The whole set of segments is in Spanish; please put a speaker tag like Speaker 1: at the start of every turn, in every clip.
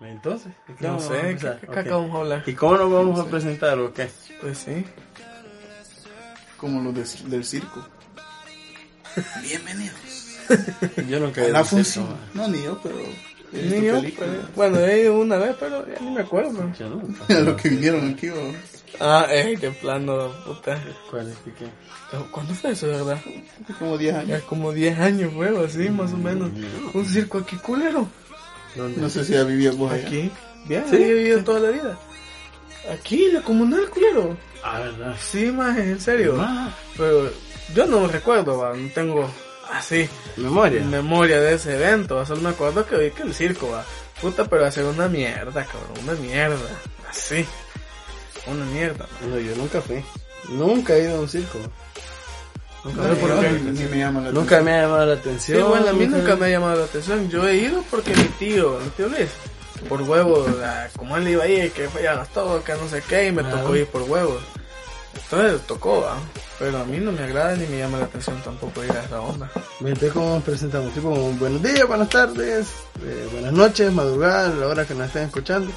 Speaker 1: Entonces, ¿de qué
Speaker 2: No
Speaker 1: vamos a
Speaker 2: sé,
Speaker 1: empezar?
Speaker 2: ¿qué, qué
Speaker 1: Ok.
Speaker 2: caca vamos a hablar?
Speaker 1: ¿Y cómo nos vamos
Speaker 3: No
Speaker 1: a
Speaker 3: sé.
Speaker 1: presentar o qué?
Speaker 2: Pues sí.
Speaker 3: Como los de- del circo. Bienvenidos.
Speaker 1: Yo no
Speaker 3: A
Speaker 1: quedé
Speaker 3: la
Speaker 1: en cierto,
Speaker 3: función.
Speaker 1: ma.
Speaker 3: No, ni yo, pero. eh, he visto
Speaker 2: Ni yo,
Speaker 3: películas.
Speaker 2: pues, bueno, he ido una vez, pero ya ni me acuerdo. man.
Speaker 1: Yo nunca.
Speaker 3: Mira lo que vinieron aquí, o.
Speaker 2: Ah, eh, qué plano, puta.
Speaker 1: ¿Cuál es que qué?
Speaker 2: ¿Cuándo fue eso, verdad?
Speaker 3: Como 10
Speaker 2: Ya
Speaker 3: años.
Speaker 2: como 10 años, fue, o así, más o menos. Un circo aquí culero.
Speaker 1: ¿Dónde?
Speaker 3: No sé si Oh, ya vivías vos allá.
Speaker 2: Aquí. Bien,
Speaker 1: Sí.
Speaker 2: ahí he vivido toda la vida. Aquí, la comunal, culero.
Speaker 1: Ah, verdad.
Speaker 2: Sí, más, en serio.
Speaker 1: Ah,
Speaker 2: Pero yo no recuerdo, va, no tengo así
Speaker 1: Memoria.
Speaker 2: memoria de ese evento. va, Solo me acuerdo que vi que el circo, va. Puta, pero hacer una mierda, cabrón, una mierda. Así. Una mierda. man.
Speaker 1: No, yo nunca fui. Nunca he ido a un circo. Nunca,
Speaker 3: No,
Speaker 2: sé
Speaker 1: me,
Speaker 2: por
Speaker 3: yo
Speaker 2: qué.
Speaker 3: Ni me llama la
Speaker 1: nunca
Speaker 3: atención.
Speaker 1: me ha llamado la
Speaker 2: Sí,
Speaker 1: atención.
Speaker 2: bueno, a mí nunca me ha llamado la atención. Yo he ido porque mi tío, mi tío Luis, por huevo, la- como él iba ahí, que fue a gastó, que no sé qué, y me
Speaker 1: Claro.
Speaker 2: tocó ir por huevo. Entonces tocó, va. Pero a mí no me agrada ni me llama la atención tampoco ir a esa onda.
Speaker 1: Me estoy como nos presentamos, tipo como buenos días, buenas tardes, eh, buenas noches, madrugada, la hora que nos estén escuchando.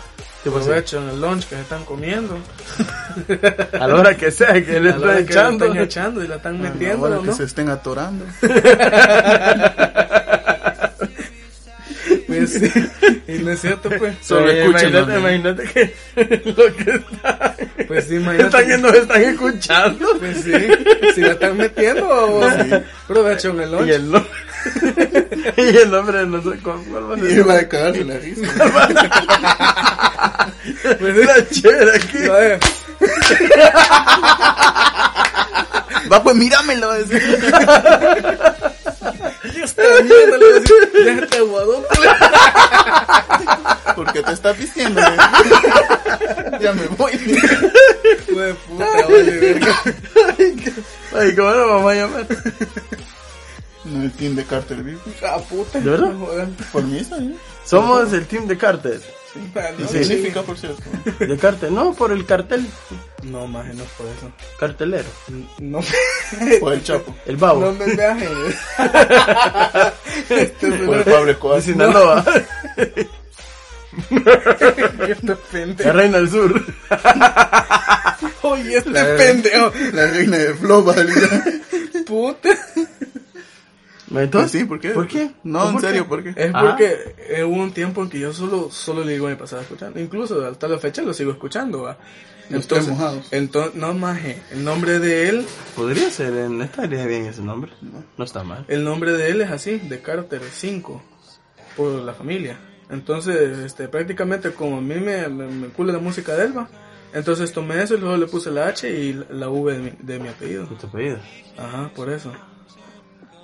Speaker 1: Tipo así,
Speaker 2: Aprovecho en el lunch que se están comiendo,
Speaker 1: a la hora que sea que le
Speaker 2: a la hora
Speaker 1: estén
Speaker 2: que la
Speaker 1: echando.
Speaker 2: están echando y la están
Speaker 3: A la
Speaker 2: metiendo,
Speaker 3: hora
Speaker 2: ¿no?
Speaker 3: que se estén atorando.
Speaker 2: Pues sí. Y no es cierto, pues.
Speaker 3: Solo
Speaker 1: Eh,
Speaker 3: escuchen,
Speaker 1: imagínate,
Speaker 3: mami.
Speaker 1: imagínate que lo que está,
Speaker 2: Pues sí,
Speaker 1: están que
Speaker 2: imagínate.
Speaker 1: nos están escuchando.
Speaker 2: Pues sí, si la están metiendo, vamos.
Speaker 3: Sí.
Speaker 2: Aprovecho en el lunch.
Speaker 1: Y el, no- y el nombre de nosotros, ¿cuál, cuál va a
Speaker 3: Y
Speaker 1: ser?
Speaker 3: va a cagarse la risa.
Speaker 1: La chévere
Speaker 2: Y
Speaker 1: aquí.
Speaker 2: va a ver,
Speaker 3: Va, pues míramelo. decía.
Speaker 2: esta mierda, le voy a decir, déjate aguadón.
Speaker 3: ¿Por qué te estás vistiendo? ya me voy.
Speaker 2: Hijo de puta, vale, verga.
Speaker 1: Ay, ¿cómo lo vamos a llamar?
Speaker 3: No el team de Carterville.
Speaker 2: Ah, puta.
Speaker 1: ¿De verdad?
Speaker 2: no jodan.
Speaker 3: Por mí está bien.
Speaker 1: Somos el team de Carter.
Speaker 3: Sí.
Speaker 2: Ah, no,
Speaker 3: ¿Qué
Speaker 2: sí.
Speaker 3: significa, por cierto?
Speaker 1: De Carter, no, por el cartel.
Speaker 2: No, maje, no por eso.
Speaker 1: Cartelero.
Speaker 2: No,
Speaker 3: Por el Chapo.
Speaker 1: El babo.
Speaker 2: no me viajes. Este
Speaker 3: Por el
Speaker 2: pendejo,
Speaker 3: Pablo Escobar.
Speaker 1: de Sinaloa.
Speaker 2: este
Speaker 1: La
Speaker 2: pendejo.
Speaker 1: reina del sur.
Speaker 2: Oye, este pendejo.
Speaker 3: La reina de Flow, ¿vale?
Speaker 2: Puta.
Speaker 3: Pues sí, ¿por qué?
Speaker 1: ¿Por qué?
Speaker 3: No, en
Speaker 1: ¿Por qué?
Speaker 3: serio, ¿por qué?
Speaker 2: Es
Speaker 1: Ah.
Speaker 2: porque eh, hubo un tiempo en que yo solo, solo le digo me pasaba escuchando. Incluso hasta la fecha lo sigo escuchando, va.
Speaker 3: Los tres mojados.
Speaker 2: entonces, no maje, el nombre de él,
Speaker 1: Podría ser, en estaría bien ese nombre. No está mal.
Speaker 2: el nombre de él es así, de Carter 5, por la familia. Entonces, este, prácticamente como a mí me, me, me cula la música de él, va. Entonces tomé eso y luego le puse la H y la- la V de mi, de mi apellido.
Speaker 1: Tu apellido.
Speaker 2: Ajá, por eso.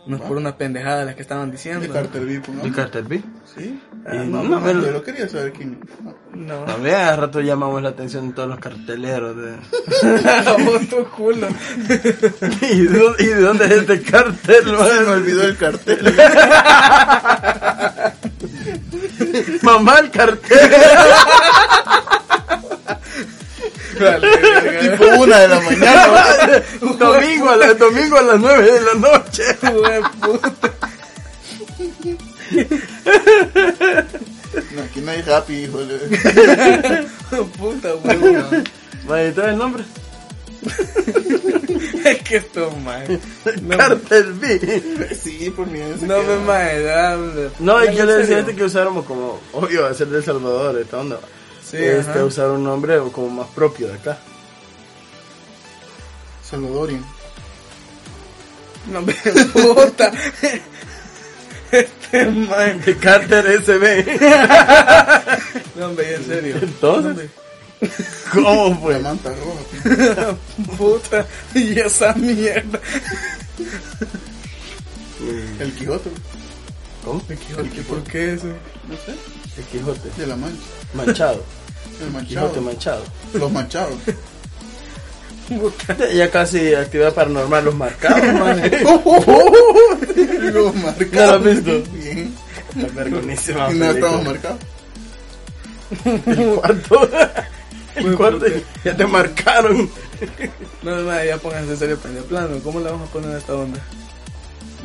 Speaker 2: No es por una pendejada la que estaban diciendo.
Speaker 3: De
Speaker 2: ¿no?
Speaker 3: Carterville, ¿no?
Speaker 1: ¿El Carter B?
Speaker 3: Sí.
Speaker 1: Y no,
Speaker 3: No, no,
Speaker 1: pero-
Speaker 3: yo lo quería saber quién. no.
Speaker 2: No.
Speaker 1: A ver, al rato llamamos la atención de todos los carteleros. De...
Speaker 2: Vamos tu culo.
Speaker 1: ¿Y, de dónde- y de dónde es este cartel?
Speaker 3: Se
Speaker 1: madre?
Speaker 3: me olvidó el cartel.
Speaker 1: Mamá, el cartel.
Speaker 2: Vale, verga.
Speaker 3: tipo una de la mañana. ¿vale?
Speaker 1: domingo, a la- domingo a las 9 de la noche.
Speaker 2: Hijo de puta.
Speaker 3: No, aquí no hay happy, híjole.
Speaker 2: Puta, huevo.
Speaker 1: Vale, ¿trae el nombre?
Speaker 2: Es que esto, mae. No,
Speaker 1: Cartel B.
Speaker 3: Sí, por mi bien se
Speaker 2: no me
Speaker 3: queda.
Speaker 2: mae, dame.
Speaker 1: No, y
Speaker 2: Dame,
Speaker 1: yo le
Speaker 2: en
Speaker 1: decía a
Speaker 2: serio.
Speaker 1: este que usáramos como, obvio, va a ser de El Salvador, esta onda.
Speaker 2: Sí,
Speaker 1: este,
Speaker 2: ajá.
Speaker 1: usar un nombre como más propio de acá.
Speaker 3: Salvadorian.
Speaker 2: No me puta. Este mae.
Speaker 1: De Carter SB.
Speaker 2: No me en serio.
Speaker 1: Entonces, ¿cómo
Speaker 3: La
Speaker 1: fue?
Speaker 3: manta roja.
Speaker 2: Puta. Y esa mierda.
Speaker 3: El Quijote.
Speaker 1: ¿Cómo?
Speaker 3: El
Speaker 2: ¿Por
Speaker 3: Quijote.
Speaker 2: qué eso?
Speaker 3: No sé.
Speaker 1: El Quijote.
Speaker 3: De la mancha.
Speaker 1: Manchado.
Speaker 3: El
Speaker 1: Quijote manchado.
Speaker 3: manchado. Los manchados.
Speaker 2: Puta.
Speaker 1: Ya casi actividad paranormal los marcados, man. oh,
Speaker 3: Los marcados.
Speaker 1: ¿No lo has visto? Ah,
Speaker 3: Bien.
Speaker 1: La vergonísima
Speaker 3: Y no estamos
Speaker 1: película.
Speaker 3: marcados.
Speaker 1: El cuarto. El
Speaker 2: Muy
Speaker 1: cuarto.
Speaker 2: puta.
Speaker 1: Ya te marcaron.
Speaker 2: No me mae, ya pónganse en serio, pendejo. Plano, ¿cómo le vamos a poner a esta onda?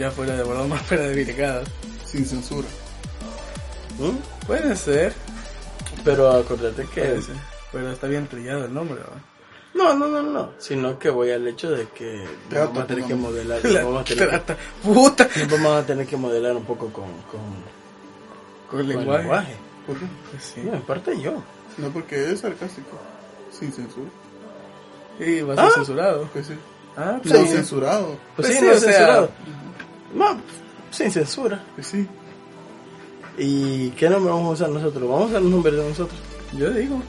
Speaker 2: Ya fuera de broma, fuera de virgadas.
Speaker 3: Sin censura.
Speaker 1: ¿Mm?
Speaker 2: Puede ser.
Speaker 1: Pero acuérdate que.
Speaker 2: parece. Pero está bien trillado el nombre, ¿verdad?
Speaker 1: No, no, no, no. Sino que voy al hecho de que
Speaker 3: Trato,
Speaker 1: vamos a tener que
Speaker 3: pongamos.
Speaker 1: modelar.
Speaker 2: La
Speaker 1: vamos, a tener que,
Speaker 2: trata. Puta.
Speaker 1: vamos a tener que modelar un poco con, con,
Speaker 2: Con el
Speaker 1: con el
Speaker 2: lenguaje.
Speaker 1: lenguaje.
Speaker 3: ¿Por qué?
Speaker 2: Pues sí.
Speaker 1: No, en parte yo.
Speaker 3: No, porque es sarcástico. Sin censura.
Speaker 2: Y va a ser censurado.
Speaker 3: Pues sí.
Speaker 2: Ah,
Speaker 1: Sí.
Speaker 2: pues,
Speaker 3: No, censurado.
Speaker 1: Pues,
Speaker 2: Pues
Speaker 1: sí,
Speaker 2: sí,
Speaker 1: no
Speaker 2: o sea-
Speaker 1: censurado. No, sin censura.
Speaker 3: Pues sí.
Speaker 1: ¿Y qué nombre vamos a usar nosotros? Vamos a usar los nombres de nosotros.
Speaker 2: yo digo.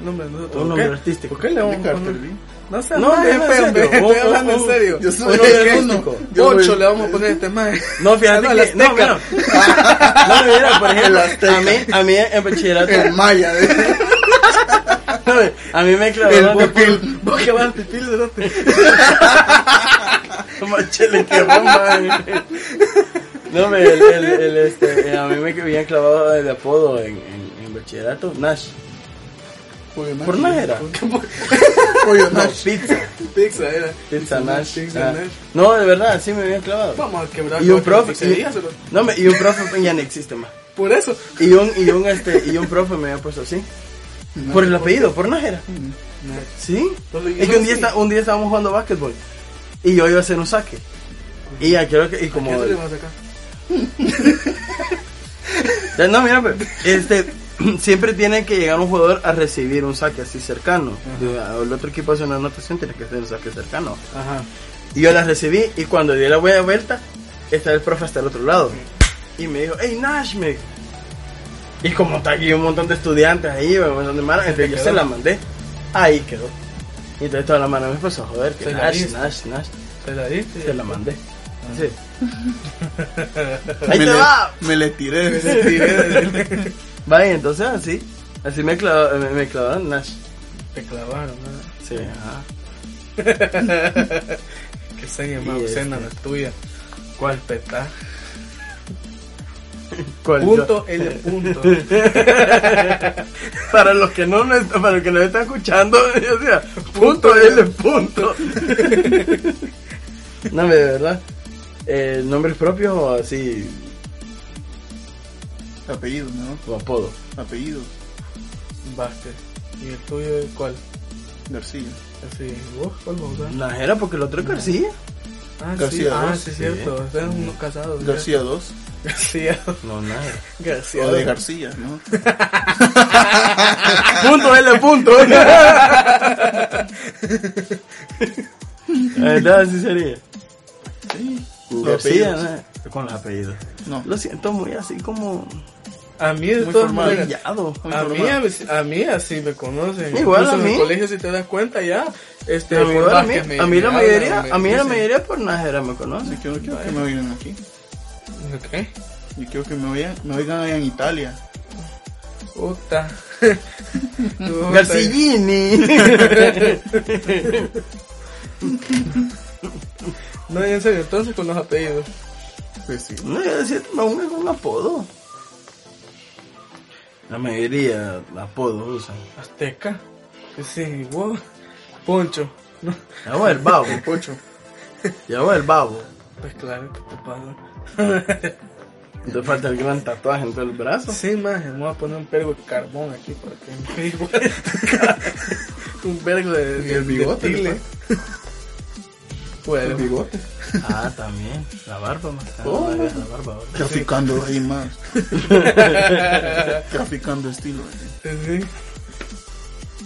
Speaker 2: Un nombre de nosotros.
Speaker 1: Un
Speaker 2: ¿Por
Speaker 1: nombre
Speaker 2: qué?
Speaker 1: artístico.
Speaker 2: ¿Por qué le
Speaker 3: De
Speaker 2: vamos a
Speaker 3: Carter
Speaker 2: poner?
Speaker 3: Lee.
Speaker 2: No sé,
Speaker 1: No,
Speaker 2: no,
Speaker 1: hombre,
Speaker 2: estoy hablando
Speaker 1: pero-
Speaker 2: en serio. Estoy hablando en
Speaker 1: un-
Speaker 2: serio.
Speaker 1: yo
Speaker 3: soy
Speaker 2: Ocho,
Speaker 3: el
Speaker 2: ¿qué?
Speaker 3: uno. Yo
Speaker 2: Ocho
Speaker 3: soy-
Speaker 2: le vamos a poner a este man.
Speaker 1: No, fíjate
Speaker 2: Ah, no,
Speaker 1: que...
Speaker 2: el
Speaker 1: No,
Speaker 2: Azteca.
Speaker 1: bueno. No, mira, por ejemplo, a mí, a mí en bachillerato...
Speaker 3: El maya. De...
Speaker 1: A mí me
Speaker 3: El
Speaker 1: clavaron... que por-
Speaker 3: boquil.
Speaker 2: Vos que vas al pipil, cerote.
Speaker 1: Machele, qué bomba, eh. No, me, el, el, el, este, eh, a mí me habían clavado el apodo en, en, en bachillerato, Nash.
Speaker 3: Pollo Nash.
Speaker 1: ¿Por Nash era?
Speaker 3: Pues Pollo
Speaker 1: No,
Speaker 3: Nash.
Speaker 1: pizza.
Speaker 2: Pizza era.
Speaker 1: Pizza Nash.
Speaker 2: Pizza
Speaker 1: ah.
Speaker 2: Nash.
Speaker 1: No, de verdad, sí me habían clavado.
Speaker 2: Vamos a quebrar.
Speaker 1: Y un
Speaker 2: cualquier
Speaker 1: profe.
Speaker 2: pizzería,
Speaker 1: y-
Speaker 2: cerote.
Speaker 1: no, me- y un profe pues, ya no existe más.
Speaker 2: Por eso.
Speaker 1: Y un, y un, este, y un profe me había puesto así. Por el apellido, por Nájera. Sí.
Speaker 2: Entonces,
Speaker 1: Es que un
Speaker 2: sí.
Speaker 1: día, está- un día estábamos jugando básquetbol. Y yo iba a hacer un saque. Y ya creo que. Y como.
Speaker 2: ¿Qué se le va a sacar?
Speaker 1: Ya, No, mira, pero, este, siempre tiene que llegar un jugador a recibir un saque así cercano. O El otro equipo hace una anotación, tiene que hacer un saque cercano.
Speaker 2: Ajá.
Speaker 1: Y yo la recibí y cuando di la buena vuelta, estaba el profe hasta el otro lado. Y me dijo, hey Nash, me dijo. Y como está aquí un montón de estudiantes ahí, un montón de manos, entonces yo
Speaker 2: quedó.
Speaker 1: se la mandé. Ahí quedó. Y entonces toda la mano me empezó a joder, que
Speaker 2: Se la
Speaker 1: Nash,
Speaker 2: diste.
Speaker 1: Nash, Nash.
Speaker 2: ¿Se la diste?
Speaker 1: Se la mandé. Sí.
Speaker 3: Me
Speaker 1: Ahí te
Speaker 3: le-
Speaker 1: va.
Speaker 3: Me le tiré.
Speaker 2: Se la tiré.
Speaker 1: Vaya, entonces así. Así me, clavó, me, me clavaron Nash.
Speaker 2: Te clavaron, ¿no?
Speaker 1: Sí, ajá.
Speaker 2: Que seña más
Speaker 1: Y
Speaker 2: obscena
Speaker 1: este.
Speaker 2: la tuya. ¿Cuál peta?
Speaker 1: ¿Cuál?
Speaker 2: Punto L punto.
Speaker 1: Para los que no me- para los que nos están escuchando, yo decía, punto L punto. no, hombre, de verdad. Eh, ¿Nombres propios o así?
Speaker 3: Apellido, ¿no?
Speaker 1: O apodo.
Speaker 3: Apellido.
Speaker 2: Vázquez. ¿Y el tuyo cuál?
Speaker 3: García.
Speaker 2: Así, ¿vos cuál vas a usar?
Speaker 1: Najera, porque el otro es García.
Speaker 2: Ah, sí,
Speaker 3: García
Speaker 2: ah,
Speaker 3: dos,
Speaker 2: sí,
Speaker 1: sí.
Speaker 2: cierto. Están unos casados. ya.
Speaker 3: García 2.
Speaker 2: García.
Speaker 1: No, Najera.
Speaker 2: García.
Speaker 3: O de García, ¿no?
Speaker 1: punto L punto. La verdad, así sería.
Speaker 3: Sí.
Speaker 1: García, ¿no? Con los apellidos.
Speaker 3: No.
Speaker 1: Lo siento muy así como
Speaker 2: A mí de
Speaker 3: Muy
Speaker 2: todas
Speaker 3: formal.
Speaker 2: maneras.
Speaker 1: brillado.
Speaker 2: A mí, a, a mí así me conocen.
Speaker 1: Igual
Speaker 2: Incluso
Speaker 1: a
Speaker 2: En
Speaker 1: mí.
Speaker 2: el colegio, si te das cuenta, ya. Este,
Speaker 1: A mí,
Speaker 2: por
Speaker 1: a mí-
Speaker 2: Vázquez me-
Speaker 1: a mí la
Speaker 2: me
Speaker 1: mayoría,
Speaker 2: hablan, me
Speaker 1: a mí la
Speaker 2: dicen.
Speaker 1: mayoría por Najera me
Speaker 3: Yo
Speaker 1: conoce.
Speaker 3: quiero, quiero que me oigan aquí.
Speaker 2: Ok.
Speaker 3: Yo quiero que me oigan, me oigan allá en Italia.
Speaker 2: Puta. Puta.
Speaker 1: Garcillini.
Speaker 2: No, en serio, entonces con los apellidos.
Speaker 3: Pues sí.
Speaker 1: no, yo decía, no, uno es un apodo. La mayoría apodos usan.
Speaker 2: Azteca. Sí, wow. Poncho. No,
Speaker 1: Ya voy el babo,
Speaker 3: Pocho.
Speaker 1: ya voy el babo.
Speaker 2: pues claro, ¿qué te
Speaker 1: Ah.
Speaker 2: pasa?
Speaker 1: Te falta el gran tatuaje en todo el brazo.
Speaker 2: sí, más, me voy a poner un pergo de carbón aquí para que me quede igual. un pergo de,
Speaker 3: Y
Speaker 2: de,
Speaker 3: el bigote,
Speaker 2: de tile.
Speaker 3: ¿no?
Speaker 2: Bueno,
Speaker 3: El bigote.
Speaker 1: Ah, también. La barba más cara.
Speaker 3: Oh.
Speaker 1: la barba. ahora.
Speaker 3: Traficando ahí más. Traficando estilo.
Speaker 2: sí.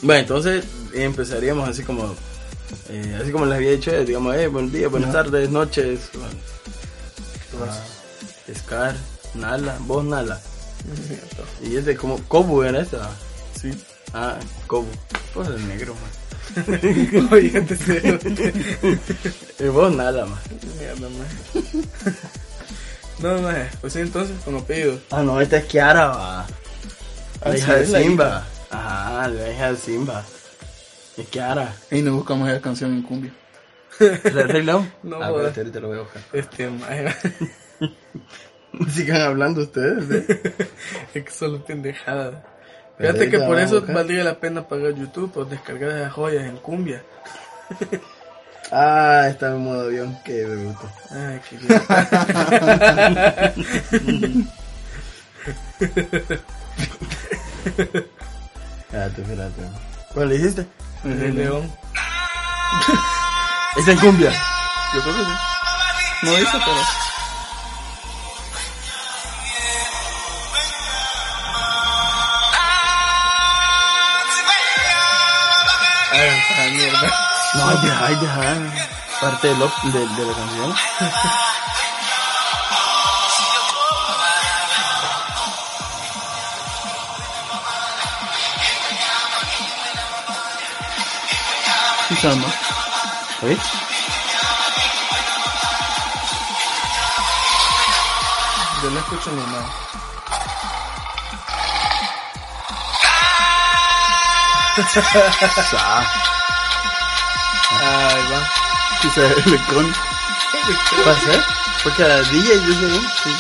Speaker 1: Bueno, entonces empezaríamos así como. eh, así como les había dicho, eh, digamos, eh, buen día, buenas tardes, noches. Bueno, ah, Scar, Nala, vos Nala. Y es de como Kobu era esta.
Speaker 3: Sí.
Speaker 1: Ah, Kobu. Pues el negro, man.
Speaker 2: Oye, te cero.
Speaker 1: Y Eh, vos Nala, man.
Speaker 2: Mierda, man. No, man, pues sí, entonces con apellidos.
Speaker 1: Ah, no, esta es Kiara, va.
Speaker 3: Ah,
Speaker 1: La hija
Speaker 3: sí,
Speaker 1: de
Speaker 3: es la
Speaker 1: Simba. Ajá, la hija de Simba. Es Kiara.
Speaker 3: Y nos buscamos esa canción en cumbia.
Speaker 1: ¿La Rey León?
Speaker 2: No,
Speaker 1: ah,
Speaker 2: joder.
Speaker 1: espérate, ahorita lo voy a buscar.
Speaker 2: Este, man.
Speaker 1: Sigan hablando ustedes, ¿eh?
Speaker 2: Es que solo pendejada.
Speaker 1: Pero
Speaker 2: Fíjate que
Speaker 1: ahorita
Speaker 2: por
Speaker 1: vamos a
Speaker 2: eso
Speaker 1: buscar.
Speaker 2: valdría la pena pagar YouTube por descargar esas joyas en cumbia.
Speaker 1: Ah, está en modo avión, qué bruto.
Speaker 2: Ay, qué idiota.
Speaker 1: Espérate, espérate. ¿Cuál le hiciste?
Speaker 2: El Rey León.
Speaker 1: Está en cumbia.
Speaker 3: Yo creo que sí. No dice, pero.
Speaker 2: Ay, esa mierda.
Speaker 1: No, hay deja, hay deja. Parte del op- de, de la canción.
Speaker 3: Sí, Samba.
Speaker 1: ¿Oís?
Speaker 2: Yo no escucho ni nada.
Speaker 1: Ah,
Speaker 2: Ay, va.
Speaker 1: sí se ve electrónico. ¿Va a ser? Porque a DJ yo sé bien. Sí.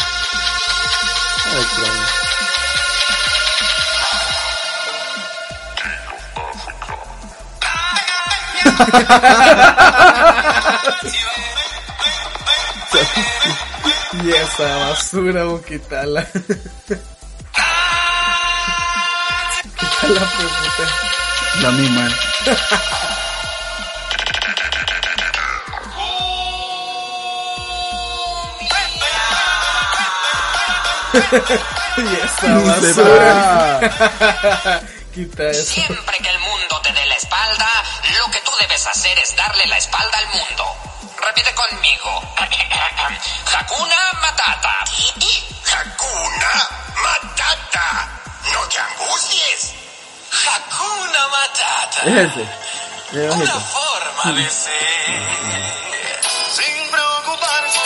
Speaker 1: Electrónico.
Speaker 2: Y esa basura, vos quitala. quitala, pues, puta.
Speaker 1: La misma. eh.
Speaker 2: Y esa
Speaker 1: Se
Speaker 2: basura.
Speaker 1: va.
Speaker 2: Quita eso.
Speaker 4: Siempre que el mundo te dé la espalda, lo que tú debes hacer es darle la espalda al mundo. Repite conmigo. Hakuna Matata. Hakuna Matata. No te angusties. Hakuna Matata.
Speaker 1: Es ese. Mira,
Speaker 4: Una
Speaker 1: bajito.
Speaker 4: forma de ser. Sin preocuparse.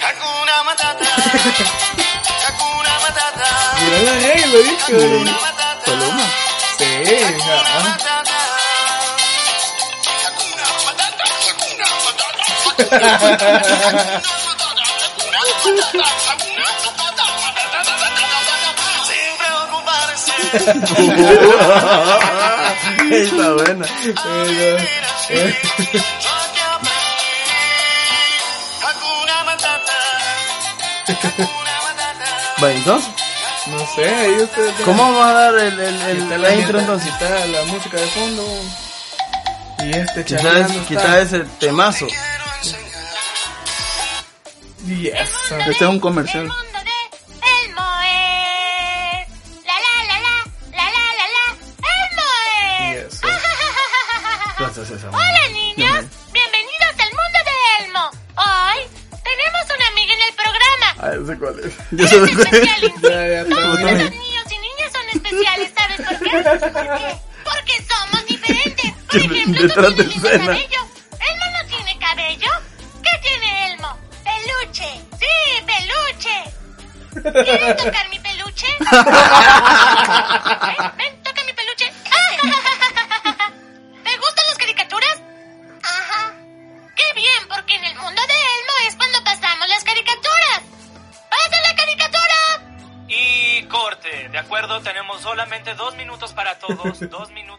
Speaker 5: Hakuna Matata. Hakuna Matata.
Speaker 2: Mira la negra, lo dijo.
Speaker 5: Matata.
Speaker 1: Paloma.
Speaker 2: Sí,
Speaker 5: Matata.
Speaker 2: ajá.
Speaker 5: Hakuna Matata. Hakuna Matata. Hakuna Matata. Hakuna Matata. Sin preocuparse.
Speaker 1: Está buena.
Speaker 2: Pero,
Speaker 5: Hakuna Matata. Hakuna Matata.
Speaker 1: Va, entonces.
Speaker 2: no sé, ahí ustedes.
Speaker 1: ¿Cómo vamos a dar el, el, el,
Speaker 2: Quita
Speaker 1: la intro
Speaker 2: mierda,
Speaker 1: entonces?
Speaker 2: Quita la música de fondo. Y este
Speaker 1: Quita,
Speaker 2: chaval.
Speaker 1: ese- quita ese temazo.
Speaker 2: Y esa.
Speaker 3: Este es un comercial.
Speaker 6: mundo de Elmo es. La la la la, la la la la, Elmo es.
Speaker 2: Yes.
Speaker 1: Gracias, esa
Speaker 6: Hola niños, bienvenidos al mundo de Elmo. Hoy tenemos una amiga en el programa.
Speaker 1: Ah, ese cuál es.
Speaker 6: Es especial, Lindsay.
Speaker 2: Ya, ya, está
Speaker 6: Todos los
Speaker 2: bien.
Speaker 6: niños y niñas son especiales, ¿sabes por qué? Porque somos diferentes. Por
Speaker 1: Que me-
Speaker 6: ejemplo,
Speaker 1: detrás
Speaker 6: tú
Speaker 1: de
Speaker 6: tienes
Speaker 1: escena.
Speaker 6: cabello. Elmo no tiene cabello. ¿Qué tiene Elmo? Peluche. Sí, peluche. ¿Quieren tocar mi peluche? Ven, ven, toca mi peluche. ¿Te gustan las caricaturas? Ajá. Qué bien, porque en el mundo de Elmo es cuando pasamos las caricaturas. ¡Pasa la caricatura!
Speaker 7: Y corte, de acuerdo, tenemos solamente dos minutos para todos, dos minutos.